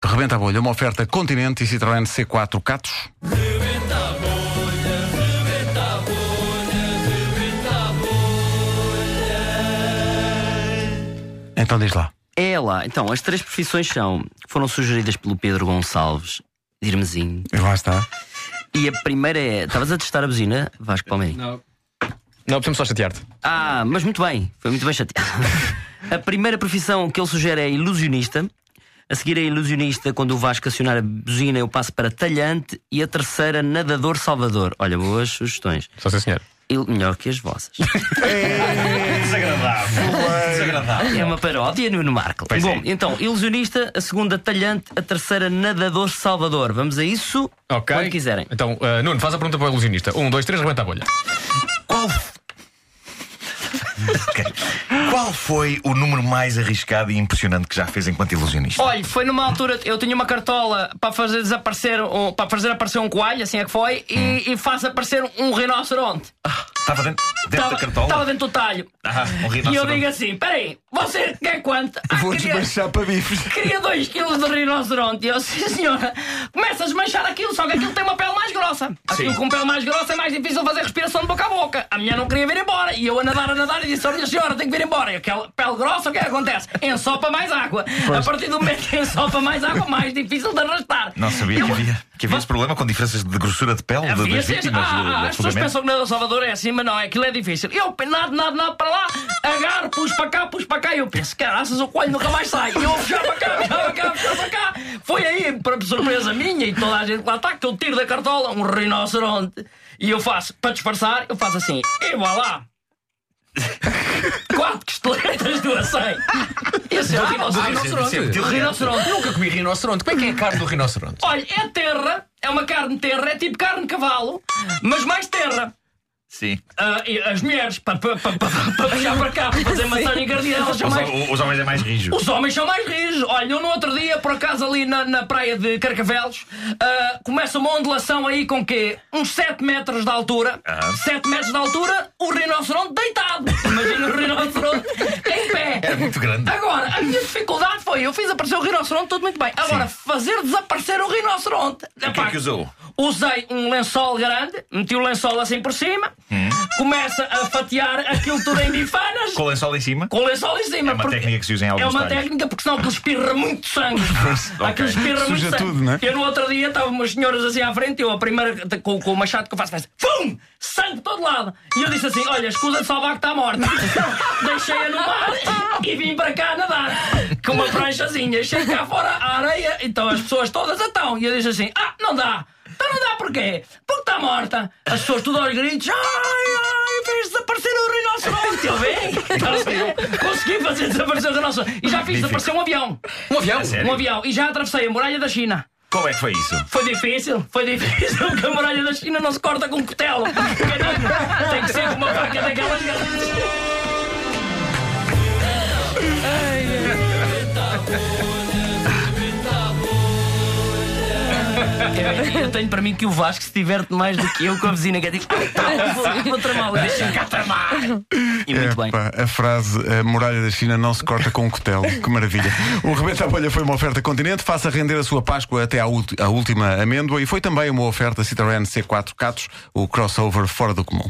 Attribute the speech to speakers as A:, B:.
A: Rebenta a bolha, uma oferta Continente e Citroën C4 Catos. Então diz lá.
B: É lá. Então, as três profissões são, foram sugeridas pelo Pedro Gonçalves, Dirmezinho.
A: E lá está.
B: E a primeira é. Estavas a testar a buzina, Vasco Palmeiras?
C: Não. Não, precisamos só chatear-te.
B: Ah, mas muito bem. Foi muito bem chateado. a primeira profissão que ele sugere é ilusionista. A seguir é ilusionista, quando o Vasco acionar a buzina, eu passo para talhante. E a terceira, nadador salvador. Olha, boas sugestões.
C: Só sim, senhor.
B: Il- melhor que as vossas.
D: É Desagradável. Desagradável.
B: É uma paródia, Nuno Marco. Bom,
D: é.
B: então, ilusionista, a segunda, talhante, a terceira, nadador salvador. Vamos a isso
C: Ok.
B: quando quiserem.
C: Então, ah, Nuno, faz a pergunta para o ilusionista. Um, dois, três, rebenta a bolha.
D: Qual... Qual foi o número mais arriscado e impressionante que já fez enquanto ilusionista?
E: Olha, foi numa altura eu tinha uma cartola para fazer desaparecer um, para fazer aparecer um coelho, assim é que foi,
D: Hum.
E: e, e faz aparecer um rinoceronte.
D: Estava dentro, dentro da cartola?
E: Estava dentro do talho.
D: Ah, um
E: E eu
D: rinoceronte.
E: digo assim: peraí, você quer quanto? Ah,
A: Vou
E: queria,
A: despachar para bifes.
E: queria dois quilos de rinoceronte. E eu, sim senhora, começa a desmanchar aquilo, só que aquilo tem uma pele mais grossa. Aquilo com pele mais grossa é mais difícil fazer respiração de boca a boca. A mulher não queria vir embora. E eu a nadar, a nadar, e disse: olha senhora, tem que vir embora. E aquela pele grossa, o que é que acontece? Ensopa mais água. A partir do momento que ensopa mais água, mais difícil de arrastar.
D: Não sabia que havia, que havia esse problema com diferenças de grossura de pele de-
E: Havia
D: das
E: seis-
D: vítimas
E: Ah,
D: do, do
E: ah, as pessoas
D: afogamento.
E: pensam que na Salvador é assim, mas não, é aquilo é difícil. Eu nada, nada, nada para lá, agarro, pus para cá, pus para cá, e eu penso, caraças, o coelho nunca mais sai. E eu puxar para cá, puxar para cá, puxar para cá. Foi aí, para surpresa minha e toda a gente que lá está, que eu tiro da cartola um rinoceronte. E eu faço, para disfarçar, eu faço assim, e vá lá. Quatro costeletas do açaí. Esse é o rinoceronte. O rinoceronte.
C: Nunca comi rinoceronte. Como é que é a carne do rinoceronte?
E: Olha, é terra, é uma carne terra, é tipo carne de cavalo, mas mais terra.
D: Sim.
E: Ah, e as mulheres, para pa, pa, pa, pa, pa puxar para cá, para fazer maçã e gardina, elas são
D: Os,
E: mais.
D: ho- os homens é mais rijo.
E: Os homens são mais rijos. Olha, eu no outro dia, por acaso, ali na, na praia de Carcavelos, ah, começa uma ondulação aí com quê? Uns 7 metros de altura.
C: Ah.
D: Aham.
E: 7 metros de altura, o rinoceronte deitado. Imagina o rinoceronte em pé.
C: É
D: Era muito grande.
E: Agora, a minha dificuldade foi: eu fiz aparecer o rinoceronte, tudo muito bem. Agora, fazer desaparecer o rinoceronte.
D: O que é que usou?
E: Usei um lençol grande, meti o lençol assim por cima, começa a fatear aquilo tudo em bifanas,
D: Hum. Com o lençol em cima?
E: com o lençol em cima.
D: É uma
E: porque-
D: técnica que se usa em alguns
E: É uma
D: talhos.
E: técnica porque senão aquilo espirra muito sangue.
D: ok.
E: Aquilo espirra muito
A: Suja
E: sangue.
A: tudo, não é?
E: Eu no outro dia estava umas senhoras assim à frente, eu a primeira com, com o machado que eu faço, faz FUM! Sangue de todo lado! E eu disse assim: olha, escusa de salvar que está morta. Deixei-a no mar e vim para cá nadar. Com uma pranchazinha, cheguei cá fora à areia, então as pessoas todas estão. E eu disse assim: ah, não dá! Então não dá porquê? Porque está morta! As pessoas tudo aos gritos, ai, ai, fez desaparecer o rinoceronte, eu bem? Então, Consegui fazer desaparecer o rinoceronte. E já fiz desaparecer um avião.
C: Um avião.
D: Sério?
E: Um avião. E já atravessei a muralha da China.
D: Como é que foi isso?
E: Foi difícil, foi difícil, porque a muralha da China não se corta com um cutelo. Tem que ser com uma faca daquelas grandes. Eu- Eu tenho para mim que o Vasco se diverte mais do que eu com a vizinha, que é tipo, "Ah, tá, vou- vou tramá-la, deixa-me cá tramar. E muito bem.
A: Epá, a frase A muralha da China não se corta com um cutelo. Que maravilha. O Rebenta a Bolha foi uma oferta continente. Faça render a sua Páscoa até à, ulti- à última amêndoa. E foi também uma oferta Citroën C4 Catos, o crossover fora do comum.